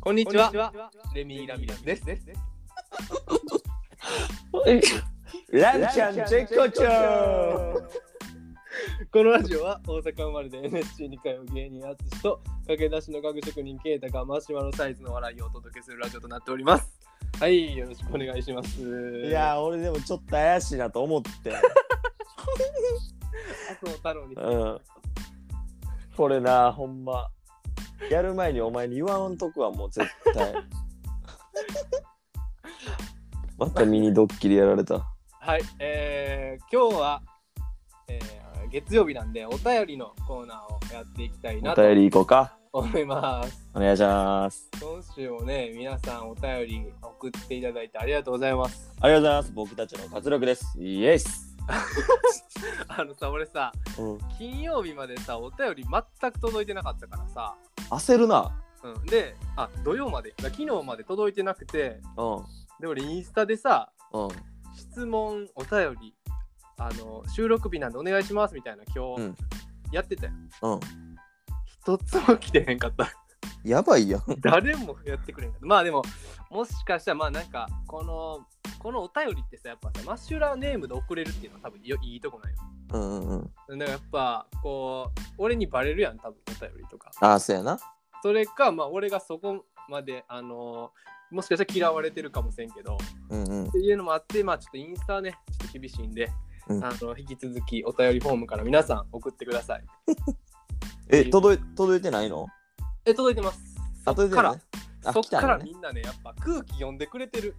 こんにちは。レミーラミラスです。ランちゃん絶好調 このラジオは大阪生まれで NSC に通う芸人アツシと駆け出しの家具職人ケイタがマシュマロサイズの笑いをお届けするラジオとなっております。はい、よろしくお願いします。いやー俺でもちょっと怪しいなと思って、麻生太郎に。うん、これなほんまやる前にお前に言わんとくはもう絶対 またミニドッキリやられたはい、えー、今日は、えー月曜日なんでお便りのコーナーをやっていきたいなおと便り行こうか思います。お願いします今週もね、皆さんお便り送っていただいてありがとうございます。ありがとうございます僕たちの活力ですイエス、あのさ、俺さ、うん、金曜日までさお便り全く届いてなかったからさ、焦るなうん、であ土曜までだ昨日まで届いてなくてうんで俺インスタでさうん質問お便りあの収録日なんでお願いしますみたいな今うん日やってたよ、うん一つも来てへんかった やばいやん誰もやってくれへんかったまあでももしかしたらまあなんかこのこのお便りってさやっぱさマッシュラーネームで送れるっていうのは多分よいいとこなんようんうんうんだからやっぱこう俺にバレるやん多分お便りとかああそうやなそれか、まあ、俺がそこまで、あのーもしかしたら嫌われてるかもしれんけど、うんうんっていうのもあって、まあ、ちょっとインスタはね、ちょっと厳しいんで、うんあの引き続きお便りフォームから皆さん送ってください。え届い届いてないのえ、届いてます。あそ届っいてかないら、ねあそっ来たんかやらねみんなね、やっぱ空気読んでくれてる。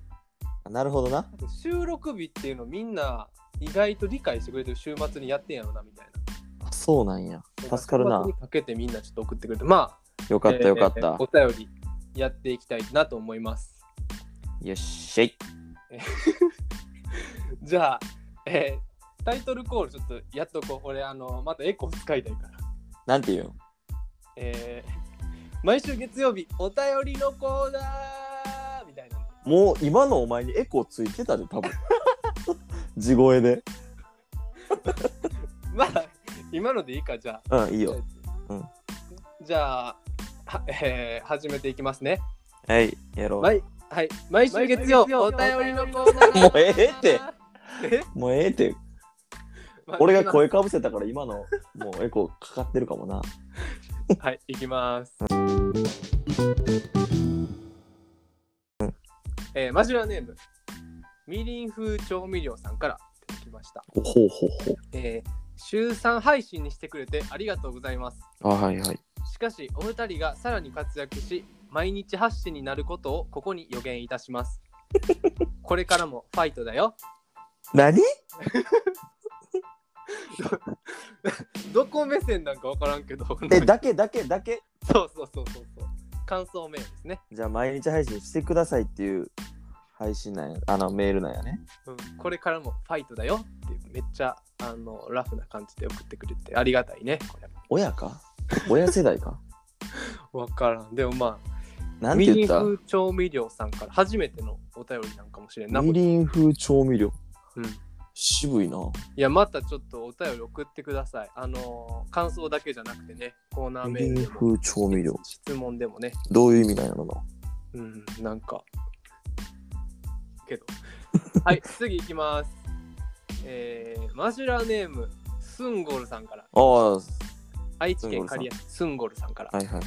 なるほどな収録日っていうのみんな意外と理解してくれてる週末にやってんやろな、みたいあそうなんやな。助かるな週末にかけてみんなちょっと送ってくれて、まあ、よかったよかっえーた、お便りやっていきたいなと思います。よっしゃいじゃあ、えータイトルコールちょっとやっとこう。俺、あの、またエコー使いたいから。なんて言うんえー毎週月曜日、お便りのコーナーみたいなの。もう今のお前にエコーついてたで多分 地声でまあ、今のでいいか、じゃあ。うんいいようんじゃあ、は えー始めていきますね。はいやろう、はい、はい、毎週月曜、お便りのコーナー。もうええって。えもうええってまあ俺が声かぶせたから今のもうエコーかかってるかもなはい、行きます。えーマジュラネーム、みりん風調味料さんからいただきました。ほうほうほえー週3配信にしてくれてありがとうございます。うあはいはいしかし、お二人がさらに活躍し、毎日発信になることをここに予言いたし ます。これからもファイトだよ。何どこ目線なんかわからんけど。えだけだけだけ そうそうそうそうそう。感想メールですね。じゃあ毎日配信してくださいっていう配信なんやあのメールなんやねうん、これからもファイトだよっていうめっちゃあのラフな感じで送ってくれてありがたいねこれ親か親世代か分からんでもまなあんてミリン言った風調味料さんから初めてのお便りなんかもしれんなみこれいりん風調味料、うん渋いなやまたちょっとお便り送ってくださいあのー感想だけじゃなくてねコーナーみメりールんでも風調味料質問でもねどういう意味なんやろなうんなんかけ どはい次いきますえー、マジュラネームスンゴルさんからああは愛知県刈谷市スンゴルさんからいはいはい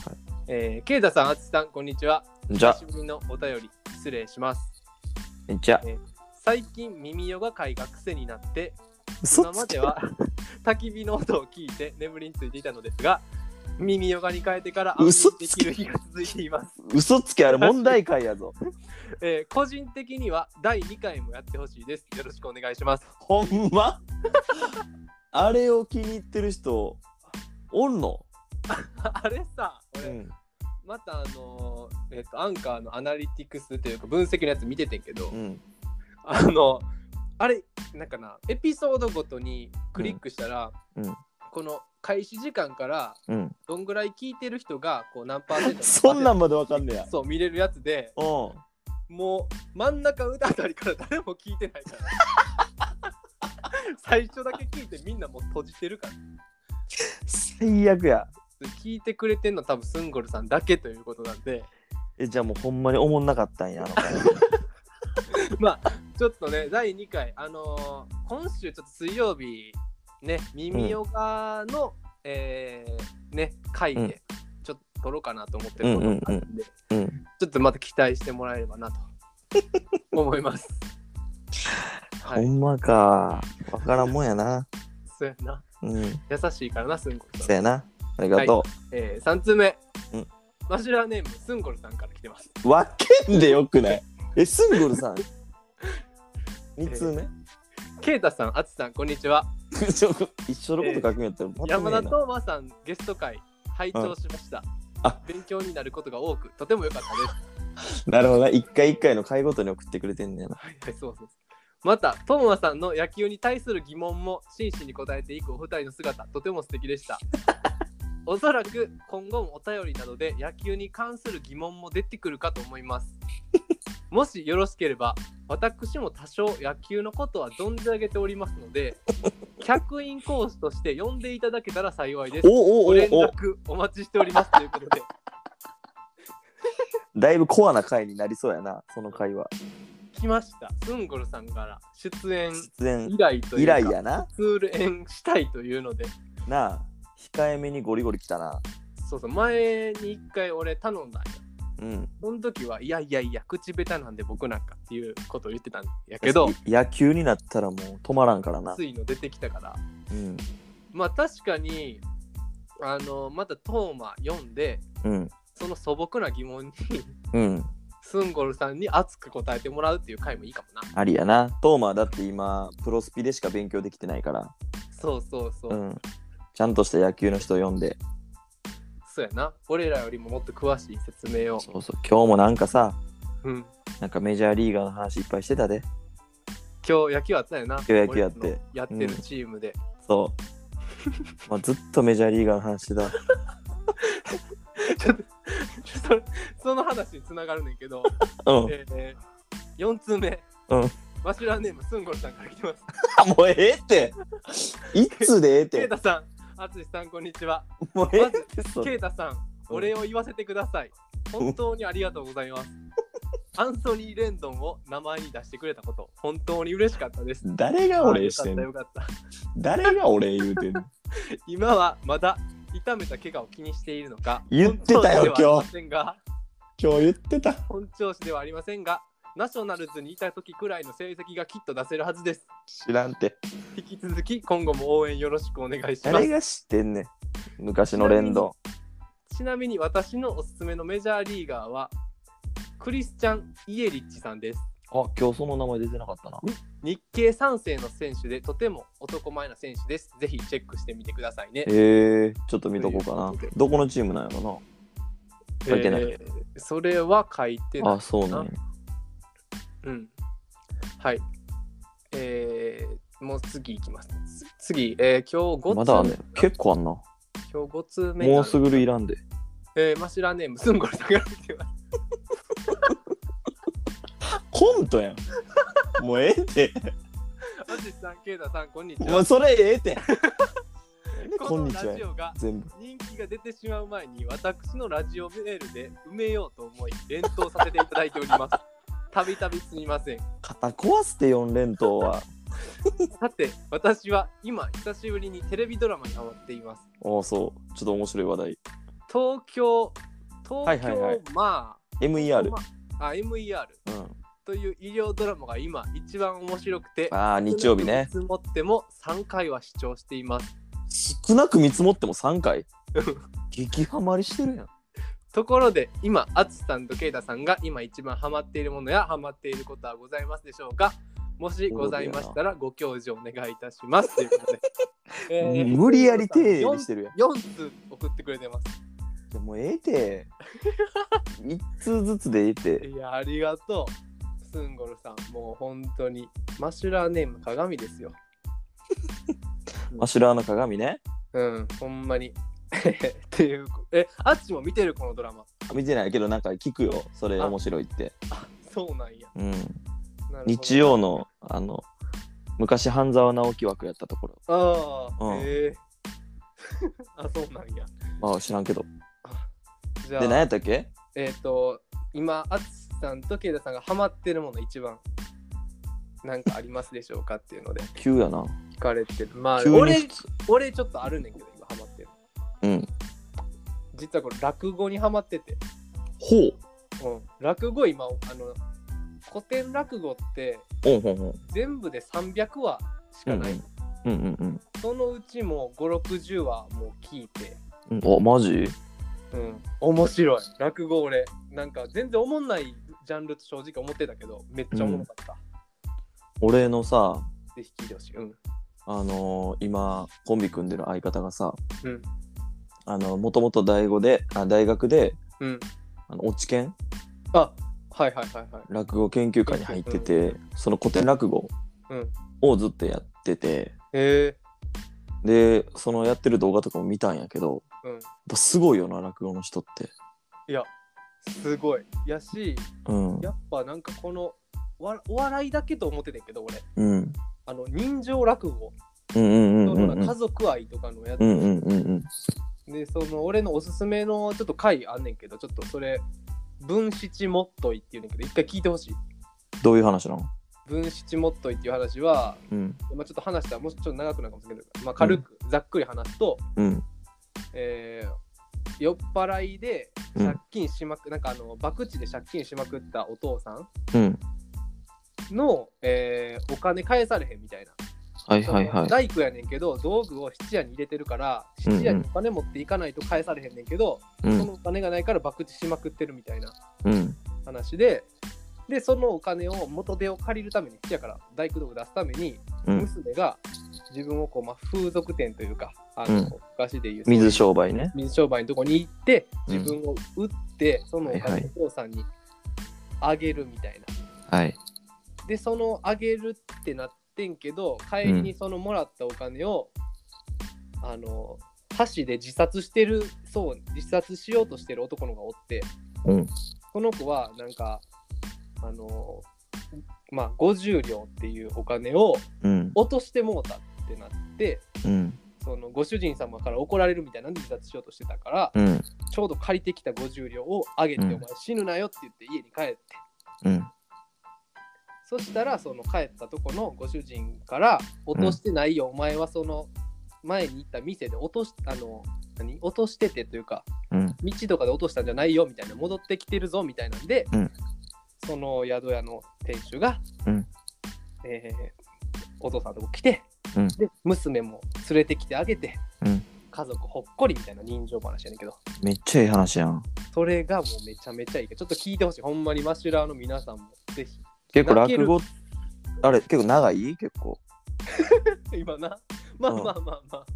えー、ケイタさん、アツシさん、こんにちは。じゃ久しぶりのお便り、失礼します。じゃ最近、耳ヨガ会が癖になって、嘘今つまけでは焚き火の音を聞いて眠りについていたのですが、耳ヨガに変えてから安嘘心できる日が続いています。嘘つけあれ問題回やぞ えー個人的には第2回もやってほしいです。よろしくお願いします。 ほんまあれを気に入ってる人おんの、あれさ、う俺、んまたあのーえっ、と、アンカーのアナリティクスというか分析のやつ見ててんけど、うん、あの、あれ、なんかな、エピソードごとにクリックしたら、うんうんこの開始時間からうん、どんぐらい聞いてる人がこう何パーセント そんなんまでわかんねやそう見れるやつでうんもう真ん中歌あたりから誰も聞いてないから 最初だけ聞いてみんなもう閉じてるから最悪や聞いてくれてんの多分スンゴルさんだけということなんでえじゃあもうほんまに思んなかったんやあの回まあちょっとね第2回あのー今週ちょっと水曜日ね耳ヨガの、えーね回うんでちょっと撮ろうかなと思ってることがあるんで、ちうんょっとまた期待してもらえれば なと思います。はほい、んまかわからんもんやなそうやなうん優しいからなすんごるそさん、やなありがとえー、3通目、うんマシュラーネームすんごるさんから来てます。う、わけんでよくないえスンゴ ルさん3つ目、ケイタさん、アツさん、こんにちは。ちょ一緒のこと書くんやったらま山ねえ田な斗真さんゲスト会拝聴しました、あ勉強になることが多くとても良かったですなるほどな一回一回の回ごとに送ってくれてんだよなはいはいそうそうまた斗真さんの野球に対する疑問も真摯に答えていくお二人の姿とても素敵でした おそらく今後もお便りなどで野球に関する疑問も出てくるかと思います もしよろしければ私も多少野球のことは存じ上げておりますので客員講師として呼んでいただけたら幸いですおごお連おお絡お待ちしておりますということ で、だいぶコアな回になりそうやなその回は来ました。スンゴルさんから出演出演以来というか、以来やな通演したいというので、なあ控えめにゴリゴリ来たなそうそう、前に一回俺頼んだんや。うんその時は、いやいやいや、口下手なんで僕なんかっていうことを言ってたんやけど、い野球になったらもう止まらんからなついの出てきたから、うんまあ確かに、あの、またトーマ読んで、うんその素朴な疑問に うんスンゴルさんに熱く答えてもらうっていう回もいいかもな。ありやなトーマはだって今プロスピでしか勉強できてないからそうそうそう。うんちゃんとした野球の人呼んでそうやな。俺らよりももっと詳しい説明を。そうそう今日もなんかさうん。なんかメジャーリーガーの話いっぱいしてたで今日野球あったよな。今日野球やって俺のやってるチームで。 そう まあずっとメジャーリーガーの話してたちょっとそれその話につながるねんけど、うんえー、4通目、うんマシュラーネーム、すんごるさんから来てます。もうええって。いつでええっケイて。タさん、アツシさん、こんにちは。もうええってそケれ。イタさん、お礼を言わせてください。本当にありがとうございます。アンソニー・レンドンを名前に出してくれたこと、本当に嬉しかったです。誰がお礼してんあのよかったよかっ誰がお礼言うてんのた。今はまだ痛めた怪我を気にしているのか、言ってたよ本当ではありませんが今日言ってた。本調子ではありませんが、ナショナルズにいた時くらいの成績がきっと出せるはずです。知らんて。引き続き今後も応援よろしくお願いしま誰す。が知ってんねん。昔の連動。ちなみに私のおすすめのメジャーリーガーは、クリスチャン・イエリッチさんです。あ、今日その名前出てなかったな。日系3世の選手でとても男前な選手です。ぜひチェックしてみてくださいね。へえ、ちょっと見とこうかということでな。どこのチームなんやろ書いてないーそれは書いてな。ないあ、。そうなんや。うん。はい。えー、もう次いきます。つ次、えー、今日ま5だあ通ん目、ね。結構あんな。今日5通目もうすぐ、ぐるいらんで。えー、マシラネーム、 スンゴルさんが来てます。コントやん。もうええって。アジさん、ケイタさん、こんにちは。うそれえ えって。ここんのにちはラジオが全部。人気が出てしまう前に私のラジオメールで埋めようと思い連投させていただいております たびたびすみません肩壊すって4連投は。さて私は今久しぶりにテレビドラマにハマっていますおそう。ちょっと面白い話題。東京はい東はいはい京ま MER。ああ MER うん。という医療ドラマが今一番面白くてああ、日曜日ね。積もっても3回は視聴しています少なく見積もっても3回。 激ハマりしてるやん。ところで今アツさんとケイタさんが今一番ハマっているものやハマっていることはございますでしょうかもしございましたらご教示お願いいたしますということで、 無理やり丁寧にしててるやん 4, 通送ってくれてまいや。もうええて。1通ずつでえすえて。いやありがとうスンゴルさんもう本当にマシュラーネーム鏡ですよマシュラーの鏡ね。うんほんまに っていうこえアッチも見てるこのドラマ見てないけど、なんか聞くよ。それ面白いって。そうなんやうん。なるほど日曜の、あの、昔半沢直樹枠やったところ。ああ、うんえー あそうなんやまあ知らんけど。じゃあで、何やったっけえっ、と、今淳さんと慶太さんがハマってるもの一番なんかありますでしょうかっていうので急やな。聞かれてるまあ急に俺普通。俺ちょっとあるねんけど今ハマってるうん。実はこれ落語にハマってて、ほう。うん、落語今あの古典落語ってほうほうほう。全部で300話しかない、うんうんうんそのうちも560話もう聞いて、うん。お、マジうん、面白い落語俺なんか全然おもんないジャンルと正直思ってたけどめっちゃおもろかった、俺のさ、ぜひ聞いてほしいうんあのー今、コンビ組んでる相方がさ、うんあの、もともと大語で、あ大学で、うんあの、落研あはいはいはいはい落語研究会に入ってて、その古典落語うんをずっとやってて、へえで、そのやってる動画とかも見たんやけど、うんやっぱすごいよな、落語の人って。いやすごいやしうん。やっぱなんかこのわお笑いだけと思っててんけど俺うん。あの人情落語うんうんうんのうほんらうん家。族愛とかのやつ、うんうんうんうん。でその俺のおすすめのちょっと回あんねんけどちょっとそれ分七もっといっていうねんけど一回聞いてほしいどういう話なの分七もっといっていう話は、うん。まあ、ちょっと話したらもうちょっと長くなるかもしれないけど、まあ、軽くざっくり話すと、うん。えー酔っ払いでうん借金しまく、なんかあの博打で借金しまくったお父さうん。んの、えーお金返されへんみたいなはいはいはそのい。大工やねんけど道具を質屋に入れてるから質屋にお金持っていかないと返されへんねんけど、うそのん。お金がないから博打しまくってるみたいなうん。話ででそのお金を元手を借りるために質屋から大工道具出すために、うん。娘が自分をこう、まあ、風俗店というかあの、うん昔で言う水商売ね。水商売のとこに行ってうん自分を売って、そのおはいは金いをお父さんにあげるみたいな、はい。でそのあげるってなってんけど帰りにそのもらったお金を、あの箸で自殺してるそう自殺しようとしてる男の子がおってうん。その子はなんかあのまあ50両っていうお金をうん。落としてもうたってなってうん。そのご主人様から怒られるみたいなんで自殺しようとしてたから、うん。ちょうど借りてきた50両をあげて、うんお前死ぬなよって言って家に帰ってうん。そしたらその帰ったとこのご主人から落としてないよ、お前はその前に行った店で落としあの何落としててというかうん。道とかで落としたんじゃないよみたいな戻ってきてるぞみたいなんで、うんその宿屋の店主が、うんえーお父さんのとこ来て、うんで娘も連れてきてあげて、うん家族ほっこりみたいな人情話やねんけどめっちゃいい話やん。それがもうめちゃめちゃいいからちょっと聞いてほしいほんまにマシュラーの皆さんもぜひ結構泣け落る語、あれ、結構長い結構。今なまあうんまあまあまあ、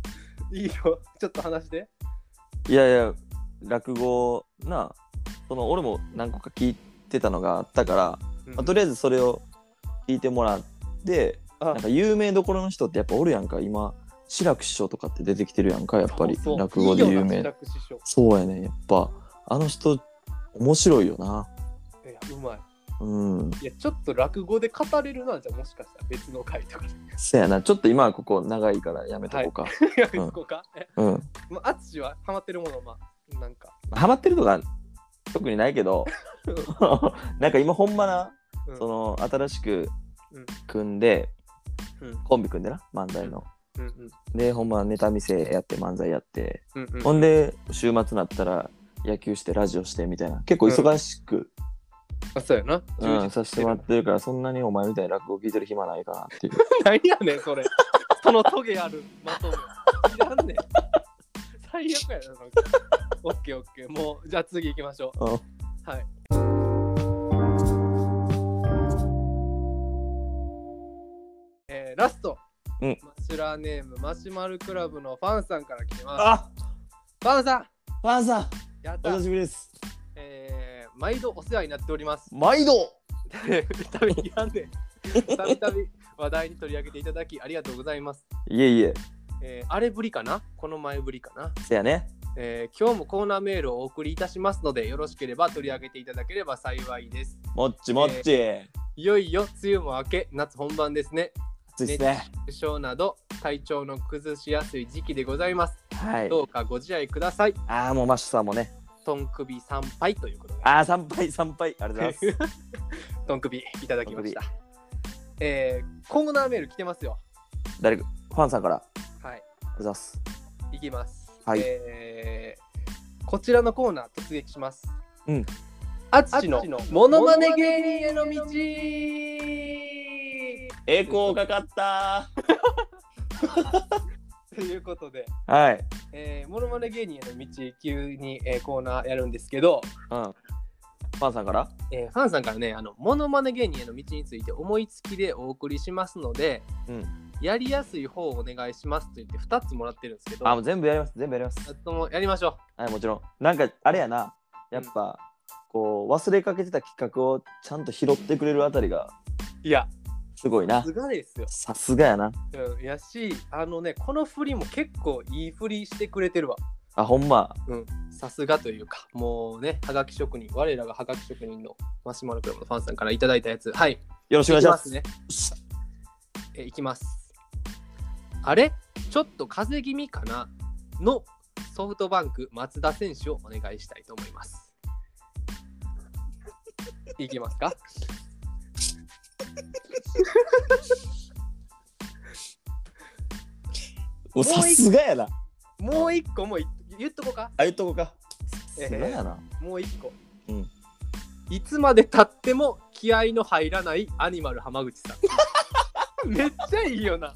いいよちょっと話していやいや、落語な、その俺も何個か聞いてたのがあったから、うんまあとりあえずそれを聞いてもらって、あなんか有名どころの人ってやっぱおるやんか、今、志らく師匠とかって出てきてるやんか、やっぱりそうそう落語で有いいよな志名ら。く師匠そうやね、やっぱ、あの人、面白いよな。いやうまいうん。いやちょっと落語で語れるなじゃあもしかしたら別の回とかでせやな、ちょっと今はここ長いからやめとこうか。 やめとこうか、えうん。まあ淳はハマってるものまあなんか、ハマってるとか特にないけど なんか今ほんまな、うんその新しくうん組んでうんコンビ組んでな漫才の、うんうんでほんまネタ見せやって漫才やって、うんうんほんで週末になったら野球してラジオしてみたいな結構忙しく、あそうやなうん充実させてもらってるからそんなにお前みたいに落語聞いてる暇ないかなっていう 何やねんそ れそのトゲあるまとめいらんねん 最悪やななんかオッケーオッケーもうじゃあ次行きましょうんうはいえー、ラスト、うんマシュラーネームマシュマルクラブのファンさんから来てますあファンさんファンさんやっおた久しぶりですえー、毎度お世話になっております 毎度たびいらん ねんたびたび話題に取り上げていただきありがとうございますいえいええーあれぶりかなこの前ぶりかな、せやねえー今日もコーナーメールをお送りいたしますので、よろしければ取り上げていただければ幸いです。もっちもっち、いよいよ梅雨も明け、夏本番ですね。暑いっすね不症など、体調の崩しやすい時期でございます。はいどうかご自愛ください。ああもうマッシュさんもねトン首参拝ということでああ、参拝、参拝。ありがとうございます。トン首いただきました、えー、今後のメール来てますよ 誰か、ファンさんから。ありはいがとうございます。いきます、はいえーこちらのコーナー突撃しますうんあつしのモノマネ芸人への道栄光かかったということで、ー。はい。えー、モノマネ芸人への道急に、えーコーナーやるんですけど、うん。ファンさんから。えーファンさんからねあのモノマネ芸人への道について思いつきでお送りしますので、うんやりやすい方をお願いしますと言って2つもらってるんですけどあ、もう全部やります。全部やります。二つともやりましょはい、もちろん。なんか、あれやな。やっぱ、こう、忘れかけてた企画をちゃんと拾ってくれるあたりがういやすごいなす。がですよ、さすがやな。うん、やしあのねこの振りも結構いい振りしてくれてるわあ、ほんま。さすがというかもうねはがき職人我らがはがき職人のマシュマロクラブのファンさんからいただいたやつはいよろしくお願いします。いきますね。えいきます。あれちょっと風邪気味かなのソフトバンク松田選手をお願いしたいと思います。いきますかもうさすがやな。もう一個もうい言っとこうかあ、言っとこうか。えさーすがやな。もう一個。うんいつまでたっても気合の入らないアニマル浜口さん。 めっちゃいいよな。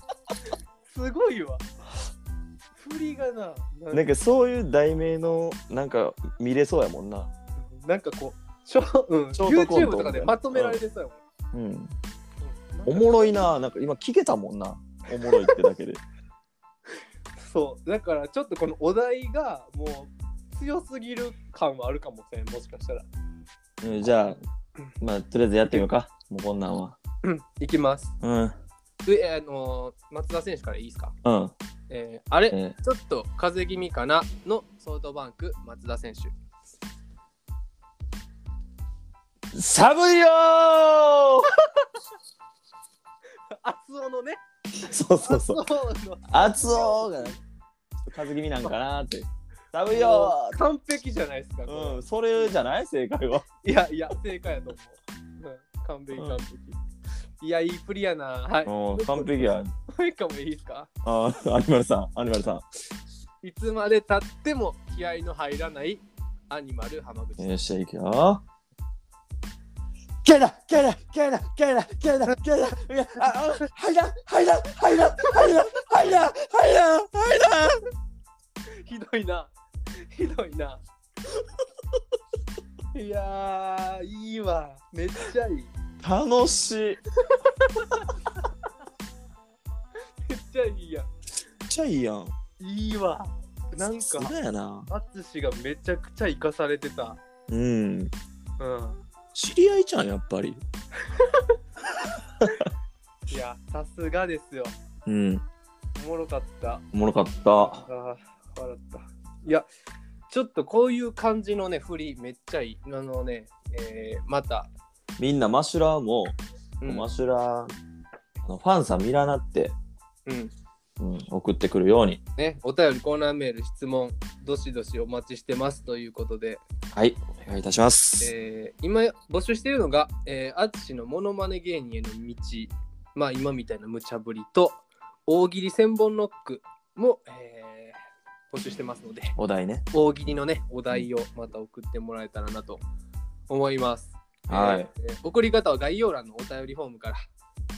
すごいわ。振りがな。なんなんかそういう題名のなんか見れそうやもんな。なんかこう、ショ,、うん、ショートコント YouTube とかでまとめられてたよ。うん。うおんもろい。な。なんか今聞けたもんな。おもろいってだけで。 そう、だからちょっとこのお題がもう強すぎる感はあるかもしれん、もしかしたら。うん、じゃあ、まあとりあえずやってみようか。もうこんなんは。うん、いきます。うん。うん。え、あのー松田選手からいいですかうん。えーあれ、えちょっと風邪気味かなのソフトバンク松田 選手。ー、 寒いよ熱男のね、ーそうそう熱そう。男の。熱男がね、ちょっと風邪気味なんかなーって。寒いよもう完璧じゃないですか。これーうん、それじゃない正解は。いやいや、正解やと思う。うん、完璧完璧。いや、いいプリやな。はい。うん、完璧や。もう一個もいいですかあー、アニマルさん、アニマルさん。いつまでたっても気合の入らないアニマル浜口さん。よっしゃ、いくよ。ゲラゲラゲラゲラゲラゲラゲラああ入らん入らん入らん入らん入らん入らん入らんひどいな。ひどいな。 いやー、いいわ。めっちゃいい。楽しい。めっめっちゃいいやちゃいいやん。ん。いいわ。なんか、そうやな。淳がめちゃくちゃ生かされてた。うん。うん。知り合いじゃん、やっぱり。いや、さすがですよ。うん。おもろかった。おもろかった。あー笑った。いや、ちょっとこういう感じのね、振り、めっちゃいい。あのね、えー、また。みんなマシュラーも、うん。マシュラー、あのファンさん見らなって、うんうん、送ってくるように。ね、お便りコーナーメール質問どしどしお待ちしてますということで、はい、お願いいたします。えー今募集しているのが淳のモノマネ芸人への道まあ今みたいな無茶ぶりと大喜利千本ノックも、えー募集してますのでお題ね。大喜利のねお題をまた送ってもらえたらなと思います、はいえー送り方は概要欄のお便りフォームから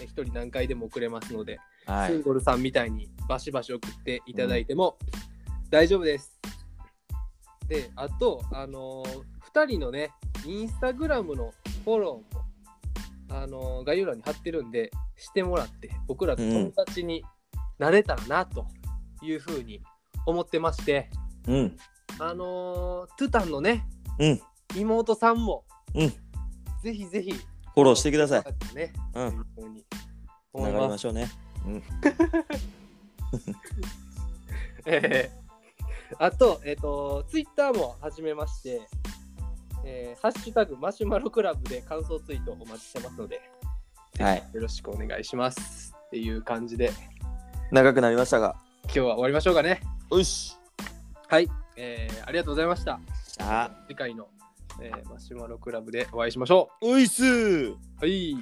えー一人何回でも送れますので、はシンい。ゴルさんみたいにバシバシ送っていただいても大丈夫です。で、あと、あの2人のね、インスタグラムのフォローも、あのー概要欄に貼ってるんで、してもらって、僕らと友達になれたらなというふうに思ってまして、うん。あのートゥタンのね、うん。フ妹さんも、うんぜひぜひ、フォローしてください。。ね、うといん。うふうに思流いれま。ますしょうね。えーあと、えっ、と、ツイッターも始めまして、えーハッシュタグマシュマロクラブで感想ツイートお待ちしてますので、はい。よろしくお願いします。っていう感じで、長くなりましたが。今日は終わりましょうかね。よし。はい、えーありがとうございました。ありがとうごさあ次回の、えーマシュマロクラブでお会いしましょおいっすーう。はい。